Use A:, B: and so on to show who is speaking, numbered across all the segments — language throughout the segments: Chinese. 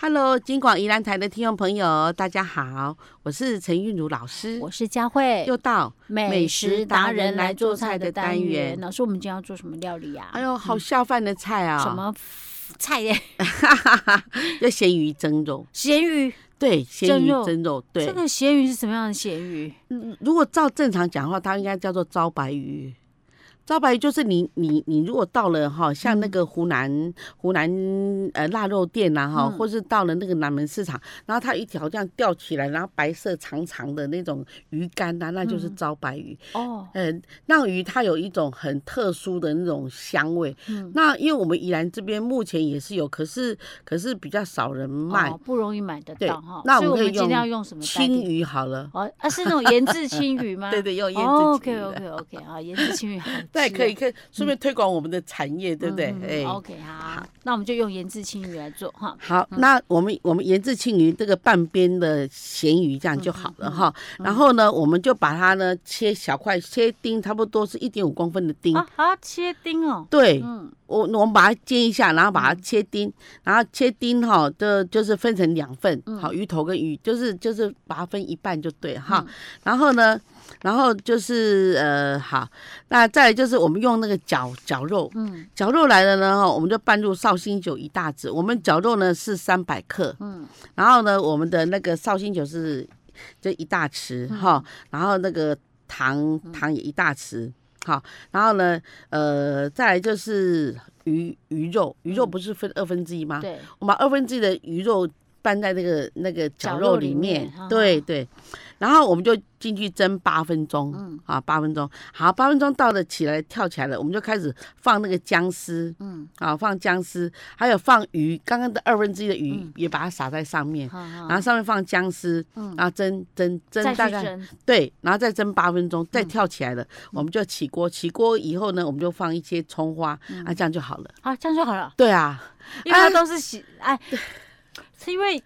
A: Hello，金广宜兰台的听众朋友，大家好，我是陈韵如老师，
B: 我是佳慧，
A: 又到，
B: 美食达人来做菜的单
A: 美食达人来做菜的单
B: 元
A: 元。
B: 老师，我们今天要做什么料理啊？嗯
A: 哎呦，好下饭的菜啊，
B: 什？么菜 耶？
A: 叫咸鱼蒸肉，
B: 咸鱼？
A: 对，咸
B: 蒸
A: 鱼
B: 肉
A: 蒸肉，对
B: 这。个咸鱼是什么样的咸鱼？
A: 嗯如果照正常讲的话，它应该叫做招白鱼。招白鱼就是你你你如果到了哈，像那
B: 嗯
A: 个湖南、湖南呃腊肉店呐、哈，
B: 嗯
A: 或是到了那个南门市场，然后它一条这样吊起来，然后白色长长的那种鱼干呐、那就是
B: 嗯
A: 招白鱼。
B: 哦，
A: 嗯，那鱼它有一种很特殊的那种香味。
B: 嗯
A: 那因为我们宜兰这边目前也是有，可是可是比较少人卖
B: 哦，不容易买得
A: 对
B: 到哈。
A: 那我
B: 所以
A: 们
B: 我
A: 可以
B: 们今天
A: 用
B: 要用什么代
A: 青
B: 替？
A: 鱼好了。
B: 哦，啊，是那种腌制青鱼吗？
A: 对对，用腌
B: 哦
A: 制青鱼
B: ，OK
A: 了
B: OK OK，啊，腌制青鱼好吃哦。
A: 对，可以可以顺便推广我们的产业，对不对
B: 嗯？
A: 哎。
B: ？OK，好，那我们就用腌制青鱼来做哈。
A: 好，那我们我们盐制庆鱼这个半边的咸鱼这样就好
B: 嗯
A: 了哈。然后呢，我们就把它呢切小块，切丁，差不多是一点五公分的丁。
B: 啊，还要切丁哦。
A: 对，
B: 嗯，
A: 我我们把它煎一下，然后把它切丁，然后切丁哈，就就是分成两份，好，鱼头跟鱼，就是就是把它分一半就对哈。然后呢，然后就是呃好，那再来就是我们用那个绞绞肉，
B: 嗯，
A: 绞肉来了呢，哈，我们就拌入绍兴酒一大匙，我们绞肉呢是三百克，嗯，然后呢，我们的那个绍兴酒是就一大匙
B: 嗯
A: 哈，然后那个糖糖也一大匙，好，然后呢，呃，再来就是鱼鱼肉，鱼肉不是分二分之一吗？
B: 嗯对，
A: 我们把二分之一的鱼肉拌在那个那个绞
B: 绞
A: 肉
B: 肉
A: 里
B: 里
A: 面，
B: 面啊
A: 对对，然后我们就进去蒸八分钟，嗯
B: 嗯，
A: 啊，八分钟，好，八分钟到了起来跳起来了，我们就开始放那个姜丝，
B: 嗯，
A: 啊，放姜丝，还有放鱼，刚刚的二分之一的鱼、
B: 嗯
A: 也把它撒在上面，
B: 好好
A: 然后上面放姜丝，
B: 嗯
A: 然后蒸蒸蒸
B: 再
A: 大
B: 去
A: 概
B: 蒸，嗯
A: 对，然后再蒸八分钟，再跳起来了，我们就起锅，起锅以后呢，我们就放一些葱花，
B: 嗯
A: 啊，这样就好了。
B: 好，这样就好了，
A: 对啊，
B: 因为它
A: 哎
B: 都是咸，哎，是因为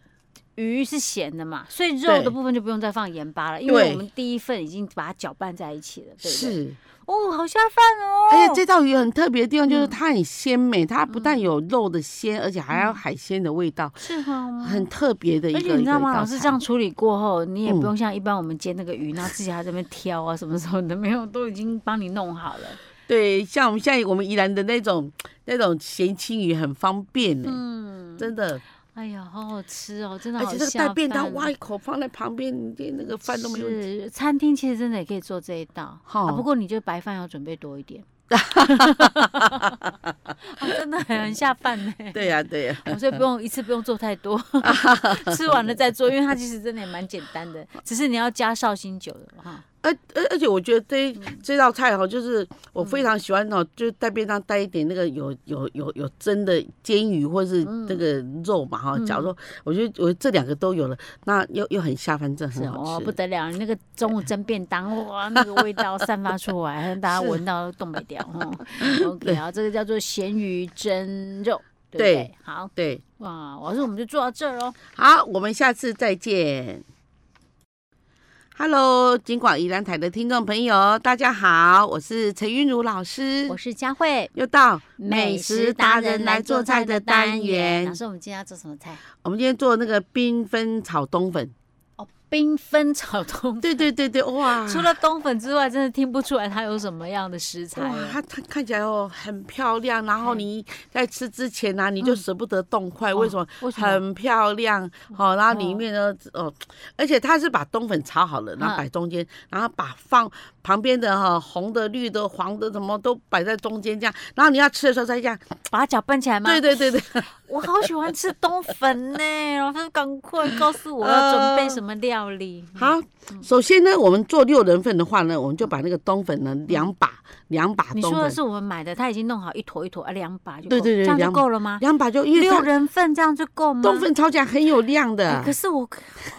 B: 鱼是咸的嘛，所以肉
A: 对
B: 的部分就不用再放盐巴了，因为
A: 对
B: 我们第一份已经把它搅拌在一起了，对不对？
A: 是。
B: 哦，好下饭哦，嗯
A: 而且这道鱼很特别的地方就是它很鲜美，它不但有肉的鲜，而且还有海鲜的味道，
B: 是哈。
A: 很特别哦的一个。
B: 嗯而且你知道
A: 一
B: 吗？
A: 个一
B: 老
A: 道
B: 师
A: 菜
B: 这样处理过后，你也
A: 嗯
B: 不用像一般我们煎那个鱼，然后自己还在那边挑啊，什么什么的，没有，都已经帮你弄好了。
A: 对，像我们现在我们宜兰的那种那种咸青鱼很方便呢、
B: 嗯，
A: 真的，
B: 哎呀，好好吃哦，真的
A: 而
B: 好
A: 且
B: 下
A: 这
B: 饭
A: 个
B: 哦。
A: 带便当挖一口放在旁边，你连那个饭都没问题。
B: 是餐厅其实真的也可以做这一道，
A: 哈
B: 啊、不过你就白饭要准备多 一点。哦、真的很下饭呢，
A: 对呀、对啊呀、
B: 我所以不用一次不用做 太多，吃完了再做，因为它其实真的也蛮简单的，只是你要加绍兴酒的哈。
A: 而而而且我觉得这
B: 嗯
A: 这道菜哈，就是我非常喜欢哦，就是带便当带一点那个有有有有蒸的煎鱼或是
B: 嗯
A: 那个肉嘛哈，绞肉，我觉得我这两个都有了，那又又很下饭，这
B: 是
A: 很好
B: 哦，
A: 吃
B: 不。得了！你那个中午蒸便当，哇，那个味道散发出来，让大家闻到都冻不掉 哦。OK，好，这个叫做咸鱼蒸肉，对
A: 对
B: 不对？好
A: 对，
B: 哇，老师，我们就做到这儿喽。
A: 好，我们下次再见。Hello，金广宜兰台的听众朋友，大家好，我是陈韵如老师
B: 我，是佳慧，
A: 又到
B: 美食达人来做菜的单元。老师，我们今天要做什么菜？
A: 我们今天做那个缤纷炒冬粉，
B: 哦，缤纷炒冬粉。
A: 对对对对，哇，
B: 除了冬粉之外，真的听不出来它有什么样的食材
A: 哇，
B: 了。
A: 它它看起来哦很漂亮，然后
B: 嗯
A: 你在吃之前呢、你就舍不得动筷，
B: 哦
A: 为什么？
B: 为什么？哦
A: 很漂亮，好、然后里面呢，哦，而且它是把冬粉炒好了，然后
B: 嗯
A: 摆中间，然后把放旁边的哈、红的、绿的、黄的什么都摆在中间这样，然后你要吃的时候再这样，
B: 把它搅拌起来吗？
A: 对对对对，
B: 我好喜欢吃冬粉呢，老师赶快告诉我要准备什么 料理。嗯
A: 好。首先呢，我们做六人份的话呢，我们就把那个冬粉呢两把两把
B: 你
A: 冬
B: 说的
A: 粉，
B: 是我们买的，它已经弄好一坨一坨，啊，两把就够
A: 对对对
B: 这样
A: 两
B: 就够了吗？
A: 两把就因为
B: 六
A: 它
B: 人份这样就够吗？
A: 冬粉炒起来很有量的，
B: 哎，可是我，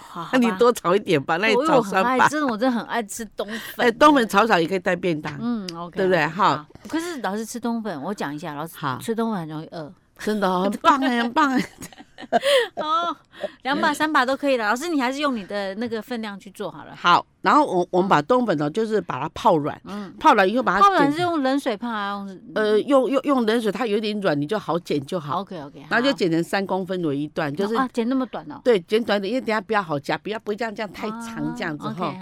B: 好
A: 那你，
B: 好吧
A: 多炒一点吧，那你
B: 我因为
A: 炒
B: 我很
A: 三
B: 爱
A: 把，
B: 真的我真的很爱吃冬粉。
A: 哎，冬粉炒炒也可以带便当，
B: 嗯，OK，
A: 对不对
B: OK，
A: 哈
B: 好。可是老师吃冬粉，我讲一下，老师
A: 好
B: 吃冬粉很容易饿。
A: 真的哦很棒哎，很棒哎。
B: 哦，两把三把都可以的。老师，你还是用你的那个分量去做好了。
A: 好，然后我我们把冬粉呢，哦就是把它泡软，
B: 嗯，
A: 泡软以后把它
B: 泡软
A: 啊剪
B: 是用冷水泡啊，用
A: 呃用用用冷水，它有点软，你就好剪就好，
B: OK OK，
A: 然后就剪成三公分为一段，就是
B: 啊，剪那么短哦，
A: 对剪短一点，因为等一下比较好夹，不要不会这样这样太长这样子
B: 啊
A: 哈
B: OK，。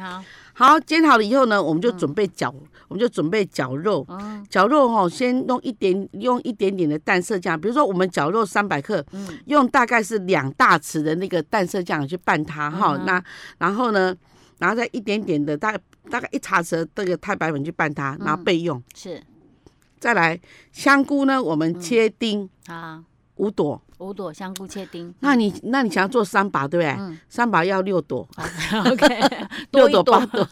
B: 好，
A: 好，煎好了以后呢，我们就准备绞，我们就准备绞肉。
B: 嗯
A: 绞肉哈、先弄一点，用一点点的淡色酱，比如说我们绞肉三百克，
B: 嗯
A: 用大概是两大匙的那个淡色酱去拌它哈、
B: 嗯哼
A: 那然后呢，然后再一点点的大概大概一茶匙的这个太白粉去拌
B: 嗯
A: 它，然后备用。
B: 是
A: 再来香菇呢，我们切丁
B: 啊，
A: 五朵。
B: 五朵香菇切丁，
A: 那你那你想要做三把对不对？
B: 嗯
A: 三把要六朵，
B: OK，
A: 六
B: 多
A: 朵
B: 一
A: 八朵。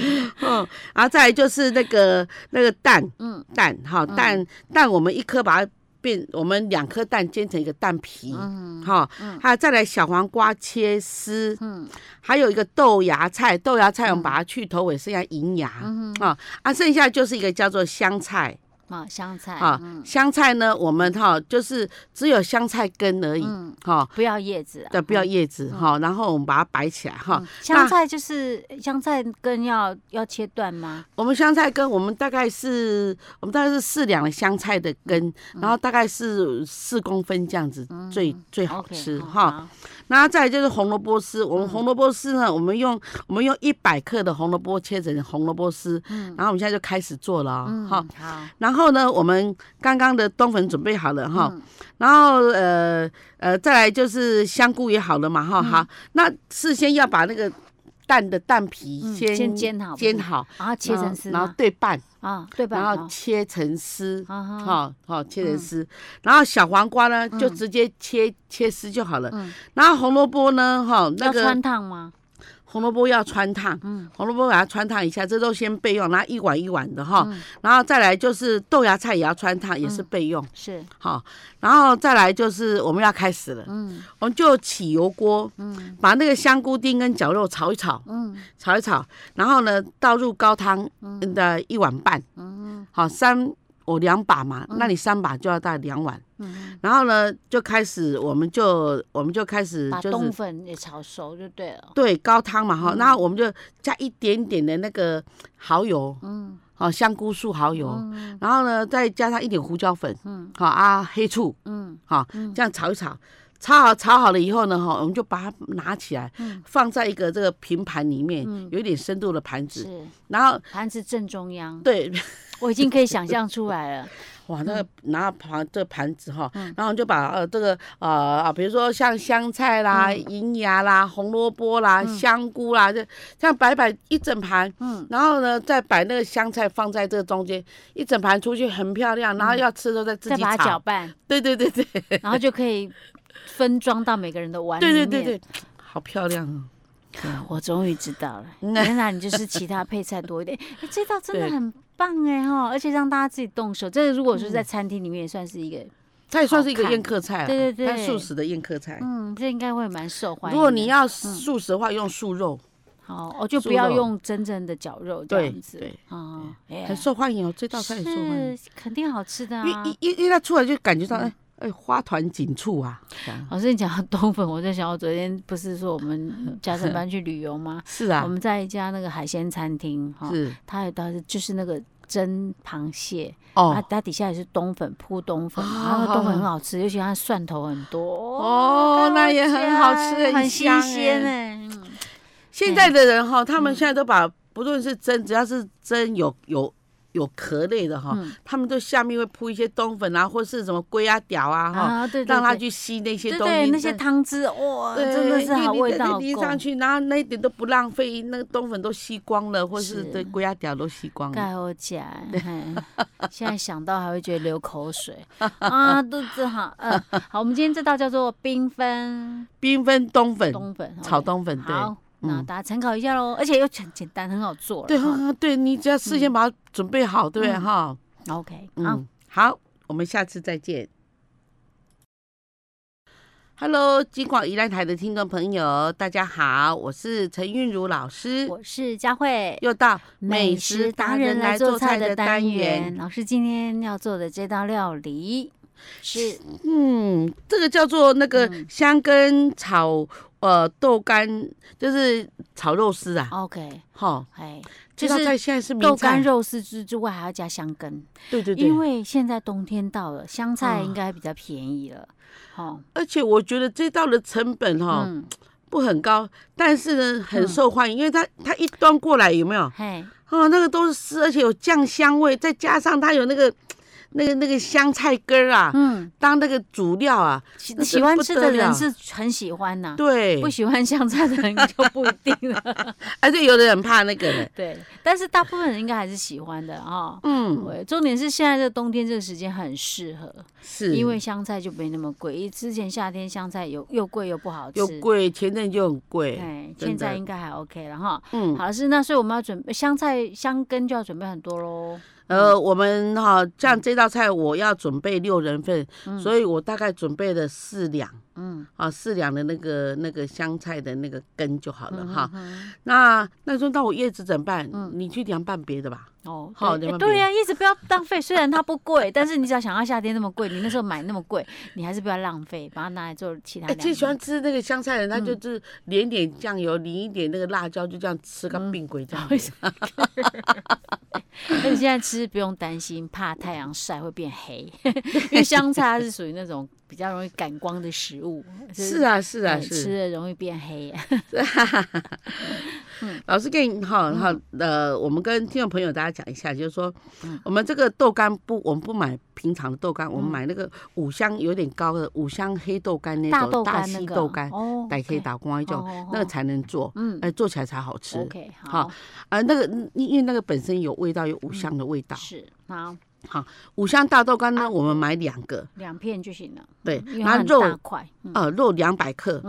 A: 嗯，然后再来就是那个那个蛋，
B: 嗯
A: 蛋哈
B: 嗯
A: 蛋蛋，我们一颗把它变，我们两颗蛋煎成一个蛋皮。
B: 嗯
A: 哈
B: 嗯，
A: 还有再来小黄瓜切丝，
B: 嗯
A: 还有一个豆芽菜，豆芽菜我们把它去头尾，剩下银芽
B: 嗯
A: 啊啊，剩下就是一个叫做香菜
B: 啊，香菜
A: 啊，
B: 嗯
A: 香菜呢，我们哈就是只有香菜根而已
B: 嗯，
A: 哈，
B: 不要叶子啊，
A: 对，不要
B: 嗯
A: 叶子哈，然后我们把它摆起来哈
B: 嗯。香菜就是香菜根要要切断吗？
A: 我们香菜根，我们大概是我们大概是四两的香菜的根，然后大概是四公分这样子，最最哎好
B: OK，
A: 吃
B: 嗯嗯
A: 哈。，然后再来就是红萝卜丝，我们红萝卜丝呢，我们用我们用一百克的红萝卜切成红萝卜丝，然后我们现在就开始做了哦
B: 嗯，
A: 哈、
B: 好，好，
A: 然后呢，我们刚刚的冬粉准备好了
B: 嗯
A: 哈，然后呃呃，再来就是香菇也好了嘛
B: 嗯
A: 哈。好，那事先要把那个蛋的蛋皮
B: 嗯
A: 先、
B: 先煎好
A: 煎好，
B: 然后啊切成丝
A: 然后然后
B: 吗？
A: 对半，
B: 啊，对吧？
A: 然后
B: 哦
A: 切成丝。
B: 啊哈
A: 好好、切成
B: 嗯
A: 丝，然后小黄瓜呢就
B: 嗯
A: 直接切、切丝就好了。
B: 嗯
A: 然后红萝卜呢，哈、那
B: 要
A: 个
B: 穿烫吗？
A: 红萝卜要穿烫，
B: 嗯
A: 红萝卜把它穿烫一下，这都先备用，然后一碗一碗的哈，
B: 嗯
A: 然后再来就是豆芽菜也要穿烫，也是备用
B: 是，
A: 哈、然后再来就是我们要开始了，
B: 嗯
A: 我们就起油锅，
B: 嗯
A: 把那个香菇丁跟绞肉炒一炒，
B: 嗯
A: 炒一炒，然后呢倒入高汤的一碗半，
B: 嗯
A: 好三我两把嘛，那你三把就要带两碗，
B: 嗯，
A: 然后呢就开始我们就我们就开始
B: 把嗯
A: 就是
B: 冬粉也炒熟就对了。
A: 对高汤嘛哈，那我们就加一点点的那个蚝油，
B: 嗯
A: 好香菇素蚝油，
B: 嗯
A: 然后呢再加上一点胡椒粉，
B: 嗯
A: 好啊黑醋，
B: 嗯
A: 好
B: 嗯
A: 这样炒一炒，炒好炒好了以后呢哈，我们就把它拿起来
B: 嗯，
A: 放在一个这个平盘里面
B: 嗯，
A: 有一点深度的盘子，
B: 是
A: 然后
B: 盘子正中央，
A: 对，
B: 我已经可以想象出来了。
A: 哇那
B: 嗯
A: 个拿盘这个盘子哈，然后我们就把呃这个呃啊比如说像香菜啦、
B: 嗯
A: 银芽啦、红萝卜啦、香菇啦，这这样摆摆一整盘。
B: 嗯，
A: 然后呢，再把那个香菜放在这中间，一整盘出去很漂亮。然后要吃的时候再 自
B: 嗯再
A: 己
B: 把它搅
A: 炒，
B: 拌，
A: 对对对对
B: 然后就可以分装到每个人的碗里
A: 对对
B: 面。
A: 对对，好漂亮哦！
B: 我终于知道 了，
A: 嗯
B: 原来你就是其他配菜多一点。哎，这道真的
A: 对
B: 很棒哎哈，而且让大家自己动手，这个如果说在
A: 嗯
B: 餐厅里面也算是一个，
A: 它也算是一个
B: 好看
A: 宴客菜啦，
B: 对对
A: 它
B: 对
A: 素食的宴客菜。
B: 嗯，这应该会蛮受欢迎的。
A: 如果你
B: 嗯
A: 要素食的话，用素肉
B: 好，哦，就
A: 猪
B: 不要
A: 肉
B: 用真正的绞肉这
A: 对
B: 样子。
A: 对
B: 哦，哎呀
A: 很受欢迎哦，这道菜很受欢迎，
B: 是肯定好吃的
A: 因
B: 啊嗯
A: 为。因因因为它出来就感觉到哎哎花团锦簇啊，这样
B: 老师，你讲到冬粉，我在想，我昨天不是说我们加成班去旅游吗？
A: 是
B: 我
A: 啊，哦
B: 们在一家那个海鲜餐厅哈，
A: 是
B: 它有道是就是那个蒸螃蟹，它
A: 哦
B: 啊它底下也是冬粉铺冬粉，
A: 啊
B: 然后冬粉很好吃，尤其它蒜头很多
A: 哦，那也很欸好吃，
B: 啊很
A: 新
B: 新鲜哎。嗯
A: 现在的人哈，他们现在都把不论是蒸，只要是蒸有有有壳类的哈
B: 嗯，
A: 他们都下面会铺一些冬粉啊，或是什么龟啊、屌啊哈，
B: 啊，对对
A: 让它
B: 对，
A: 去吸那些
B: 对
A: 东
B: 对
A: 西。
B: 那些汤汁，哇，
A: 对，
B: 真的是好
A: 因为
B: 味
A: 你在
B: 道
A: 这淋上
B: 够。
A: 去，然后那一点都不浪费，那个冬粉都吸光了，或是
B: 是
A: 对龟啊、屌都吸光了。
B: 盖我甲， 嘿现在想到还会觉得流口水啊，肚子好饿。好，我们今天这道叫做缤纷
A: 缤纷冬粉
B: 冬粉，
A: 炒
B: OK
A: 冬粉，对
B: 好，那
A: 嗯
B: 大家参考一下喽，而且又很简单，很好做啦。
A: 对
B: 哈
A: 哈，嗯对你只要事先把它准备好，对不对
B: 嗯
A: 哈？
B: ，OK，好，
A: 嗯，好，我们下次再见。Hello，金广宜兰台的听众朋友，大家好，我是陈韵如老师，
B: 我是佳慧。
A: 又到美食达人来做菜的单元。
B: 老师今天要做的这道料理是
A: 嗯，这个叫做那个香根炒呃豆干，就是炒肉丝啊，
B: OK，
A: 哈，
B: 哎，
A: 这
B: 就
A: 道菜
B: 是
A: 现在是名
B: 豆干
A: 菜，
B: 肉丝之之外还要加香根，
A: 对对对
B: 因，为现在冬天到了，香菜
A: 嗯
B: 应该比较便宜了。哦，
A: 而且我觉得这道的成本哈
B: 嗯，
A: 不很高，但是呢很受欢迎，因为它它一端过来有没有？
B: 嘿，
A: 哦，那个都是丝，而且有酱香味，再加上它有那个那个那个香菜根儿啊，
B: 嗯，
A: 当那个主料啊，
B: 喜
A: 那个
B: 喜欢
A: 不
B: 吃
A: 得
B: 的人
A: 了
B: 是很喜欢呐，
A: 对
B: 不，喜欢香菜的人就不一定 了。
A: 而且有的人怕那个嘞，
B: 对，但是大部分人应该还是喜欢的啊。
A: 嗯，
B: 对，重点是现在这冬天这个时间很适合，
A: 是
B: 因为香菜就没那么贵。之前夏天香菜又又贵又不好吃，
A: 又贵，前阵就很贵，
B: 哎，
A: 真
B: 现在
A: 的
B: 应该还 OK 了哈。
A: 嗯，
B: 好是那，所以我们要准备香菜、香根就要准备很多喽。
A: 呃，我们哈，
B: 嗯
A: 像这道菜我要准备六人份，所以我大概准备了四两。
B: 嗯，
A: 啊，四两的那个那个香菜的那个根就好了哈。
B: 嗯
A: 那那说那我叶子怎么办？你去凉拌别的吧。
B: 哦，对
A: 好
B: 哎
A: 你们
B: 对
A: 别
B: 呀、一直不要浪费。虽然它不贵，但是你只要想要夏天那么贵，你那时候买那么贵，你还是不要浪费，把它拿来做其他
A: 哎、
B: 凉
A: 最喜
B: 拌。嗯
A: 欢吃那个香菜的人，他就是淋点酱油，淋一点那个辣椒，就这样吃
B: 嗯
A: 个病鬼 这样子。
B: 而且现在吃不用担心怕太阳晒会变黑， 因为香菜它是属于那种比较容易感光的食物。就是
A: 是啊，是啊，
B: 哎吃
A: 是。
B: 了容易变黑。
A: 老师给你
B: 嗯
A: 哈哈呃，我们跟听众朋友大家讲一下，就是说，
B: 嗯
A: 我们这个豆干不，我们不买平常的豆干，我们买那个五香有点高的五香黑豆干那
B: 大
A: 种
B: 豆干那
A: 西
B: 个
A: 豆干，
B: 哦，
A: 大家可以
B: OK
A: 打啊光一种，
B: 哦
A: 那个才能做，
B: 嗯
A: 哎，做起来才好吃。
B: ，OK，
A: 好
B: 好，
A: 啊，那个嗯因因为那个本身有味道，有五香的味道。
B: 是好
A: 五香大豆干呢，我们买两个，
B: 两片就行了。
A: 对，
B: 啊嗯因为
A: 然
B: 它
A: 后
B: 很大
A: 肉
B: 块。嗯
A: 呃肉两百克，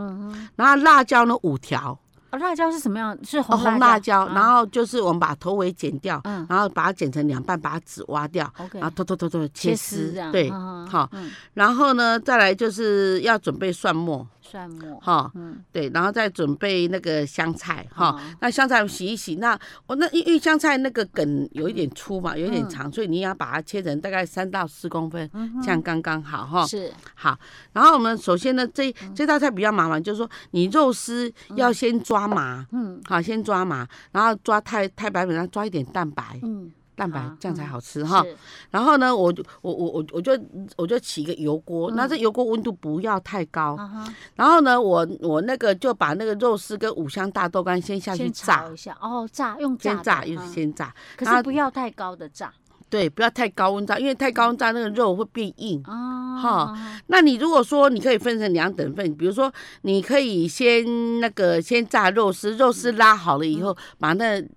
A: 然后辣椒呢五条，
B: 哦，辣椒是什么样？是
A: 哦
B: 红
A: 红辣椒，
B: 啊
A: 然后就是我们把头尾剪掉，
B: 嗯
A: 然后把它剪成两半，把它籽挖掉，
B: 啊 OK，
A: 然后剁剁剁剁切
B: 切丝
A: 丝
B: 这样，，
A: 对，
B: 嗯
A: 好，
B: 嗯
A: 然后呢再来就是要准备蒜末，
B: 蒜末，
A: 哈，
B: 嗯，
A: 对，然后再准备那个香菜，哈
B: 哦。
A: 那香菜洗一洗，那我那因因为香菜那个梗有一点粗嘛，有一
B: 嗯
A: 点长，所以你要把它切成大概三到四公分，这样刚刚好哈。
B: 是
A: 好，然后我们首先呢，这
B: 嗯
A: 这道菜比较麻烦，就是说你肉丝要先抓麻，
B: 嗯
A: 好，先抓麻，然后抓太太白粉，然后抓一点蛋白，
B: 嗯，
A: 蛋白
B: 好
A: 这样才好吃哈
B: 是。
A: 然后呢，我就我我我我就我就起一个油锅，
B: 嗯
A: 那这油锅温度不要太高，
B: 啊哈，
A: 然后呢，我我那个就把那个肉丝跟五香大豆干先下去
B: 先
A: 炸
B: 炒，一下，哦，炸用炸
A: 先
B: 的
A: 炸又
B: 嗯
A: 是先炸，
B: 可
A: 然后
B: 是不要太高的炸
A: 对，不要太高温炸，因为太高温炸那个肉会变硬。
B: 啊，
A: 哈
B: 哈，
A: 那你如果说你可以分成两等份，比如说你可以先那个先炸肉丝，肉丝拉好了以后，把那
B: 嗯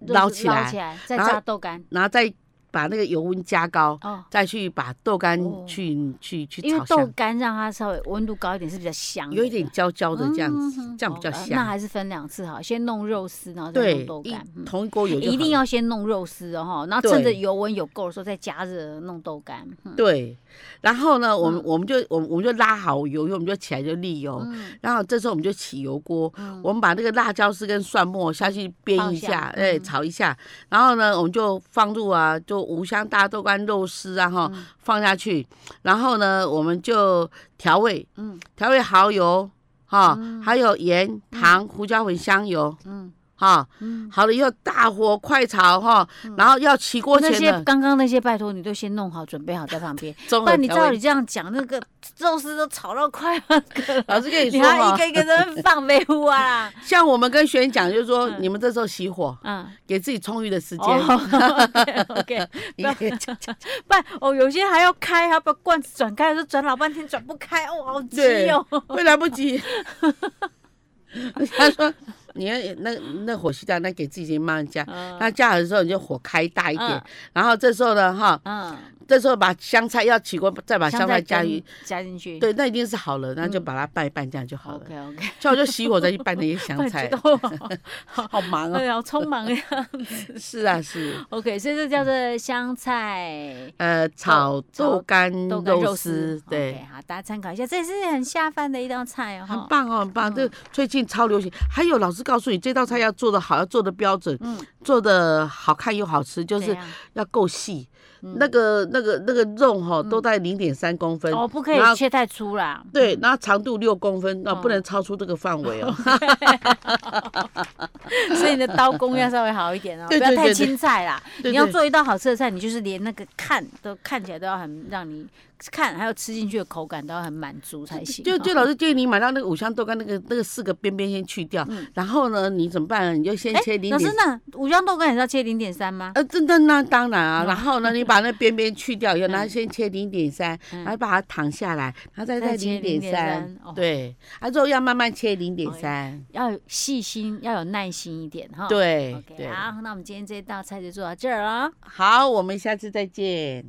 B: 肉
A: 捞
B: 丝
A: 起
B: 捞
A: 来
B: 起，来，再
A: 然后
B: 炸豆干
A: 然后再把那个油温加高，
B: 哦。
A: 再去把豆干
B: 哦
A: 去、去去
B: 因
A: 炒
B: 为豆
A: 香，
B: 干让它稍微温度高一点是比较香的，
A: 有一点焦焦的这样子，
B: 嗯
A: 这样比较
B: 好呃
A: 香。
B: 那还是分两次好，先弄肉丝，然后再
A: 对
B: 弄豆，干。嗯
A: 一同一锅油就
B: 一定
A: 好
B: 要先弄肉丝哦，哈，然后趁着
A: 对
B: 油温有够的时候再加热弄豆干。嗯
A: 对，然后呢，我们、我们就我们我们就拉好油，我们就起来就沥油，
B: 嗯
A: 然后这时候我们就起油锅，我们把那个辣椒丝跟蒜末下去煸
B: 爆
A: 一
B: 香
A: 下，哎、
B: 嗯
A: 炒一下，然后呢，我们就放入啊，就五香大豆干肉丝啊哈、
B: 嗯
A: 放下去，然后呢，我们就调味，
B: 嗯
A: 调味蚝油哈、还有盐、糖、胡椒粉、香油
B: 嗯
A: 哈，
B: 嗯，
A: 好了以后大火快炒哈，然后要起锅
B: 那
A: 前
B: 些
A: 呢，
B: 刚刚那些拜托你都先弄好准备好在旁边，
A: 中
B: 不
A: 了
B: 然你
A: 调
B: 照
A: 味
B: 你这样讲，那个肉丝都炒到 快要割了，
A: 老师跟你
B: 你
A: 说
B: 还要
A: 哈
B: 一。个一个在那边放飞 屋啊啦，
A: 像我们跟学员讲，就是说、
B: 嗯
A: 你们这时候熄火，
B: 嗯。
A: 给自己充裕的时间。
B: 哦，OK，
A: 你可 以
B: 不然哦，有些还要开，还要把罐子转开，都转老半天转不开，哦，好急
A: 对
B: 哦。
A: 会来不 及。他说：“你要那那火熄掉，那给自己慢慢加。
B: 嗯
A: 那加好的时候，你就火开大一点。
B: 嗯
A: 然后这时候呢，哈，
B: 嗯，
A: 这时候把香菜要起锅，再把香菜加
B: 跟
A: 进。
B: 加进去，
A: 对，那一定是好了，那就把它拌一拌，这样就好了。
B: ，OK OK，
A: 所以我就熄火再去拌那些香 菜， 好忙哦。
B: 对，好匆忙哎呀。
A: 是啊，是。
B: OK，所以这叫
A: 嗯
B: 做香菜
A: 呃，炒豆干
B: 豆干
A: 嗯肉
B: 肉
A: 丝
B: 丝。，
A: 对。
B: OK，好，大家参考一下，这也是很下饭的一道菜哦。
A: 很
B: 哈
A: 棒哦，很棒！这最近超流行。还有老师告诉你，这道菜要做的好，要做的标准，
B: 嗯
A: 做的好看又好吃，就
B: 怎
A: 是
B: 样嗯
A: 要够细。那个那个那个肉哈都在零点三公分，
B: 哦，不可以
A: 然后
B: 切太粗啦。
A: 对，然后长度六公分，那不
B: 哦
A: 能超出这个范围 哦。
B: 所以你的刀工要稍微好一点哦，不
A: 对
B: 要
A: 对
B: 太
A: 对对
B: 青菜啦。
A: 对
B: 你要
A: 对
B: 做一道好吃的菜，你就是连那个看都看起来都要很让你看，还有吃进去的口感都要很满足才行哦。
A: 就就老师建议你买到那个五香豆干，那个那个四个边边先去掉，然后呢，你怎么办呢？你就先
B: 嗯哎
A: 切零
B: 老师
A: 点，，
B: 那五香豆干也是要切零点三吗？
A: 呃，这那那当然啊。
B: 嗯
A: 然后呢，你把那边边去掉以后，
B: 嗯
A: 然后先切零点三，
B: 嗯
A: 然后把它躺下来，然后再
B: 再
A: 再
B: 切
A: 零点三
B: 0.3哦，哦
A: 对，啊，肉要慢慢切零点三，
B: 要有细心，要有耐心一点哈。
A: 对
B: 哦 OK，
A: 对。
B: 哦好，那我们今天这道菜就做到这儿了。
A: 好，我们下次再见。